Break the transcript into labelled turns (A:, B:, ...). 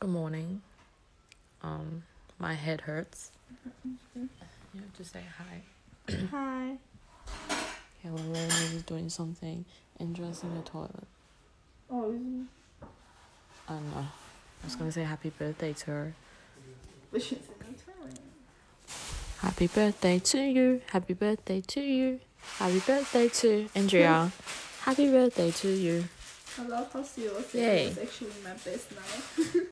A: Good morning. Um, my head hurts.
B: Mm-hmm.
A: You have to say hi.
B: Hi.
A: Yeah, well, Raymond is doing something interesting in the toilet.
B: Oh, is it?
A: I don't know. I was gonna say happy birthday to her.
B: But she's in the toilet.
A: Happy birthday to you. Happy birthday to you. Happy birthday to Andrea. happy birthday to you.
B: I love how serious it
A: Yay.
B: was actually my best night.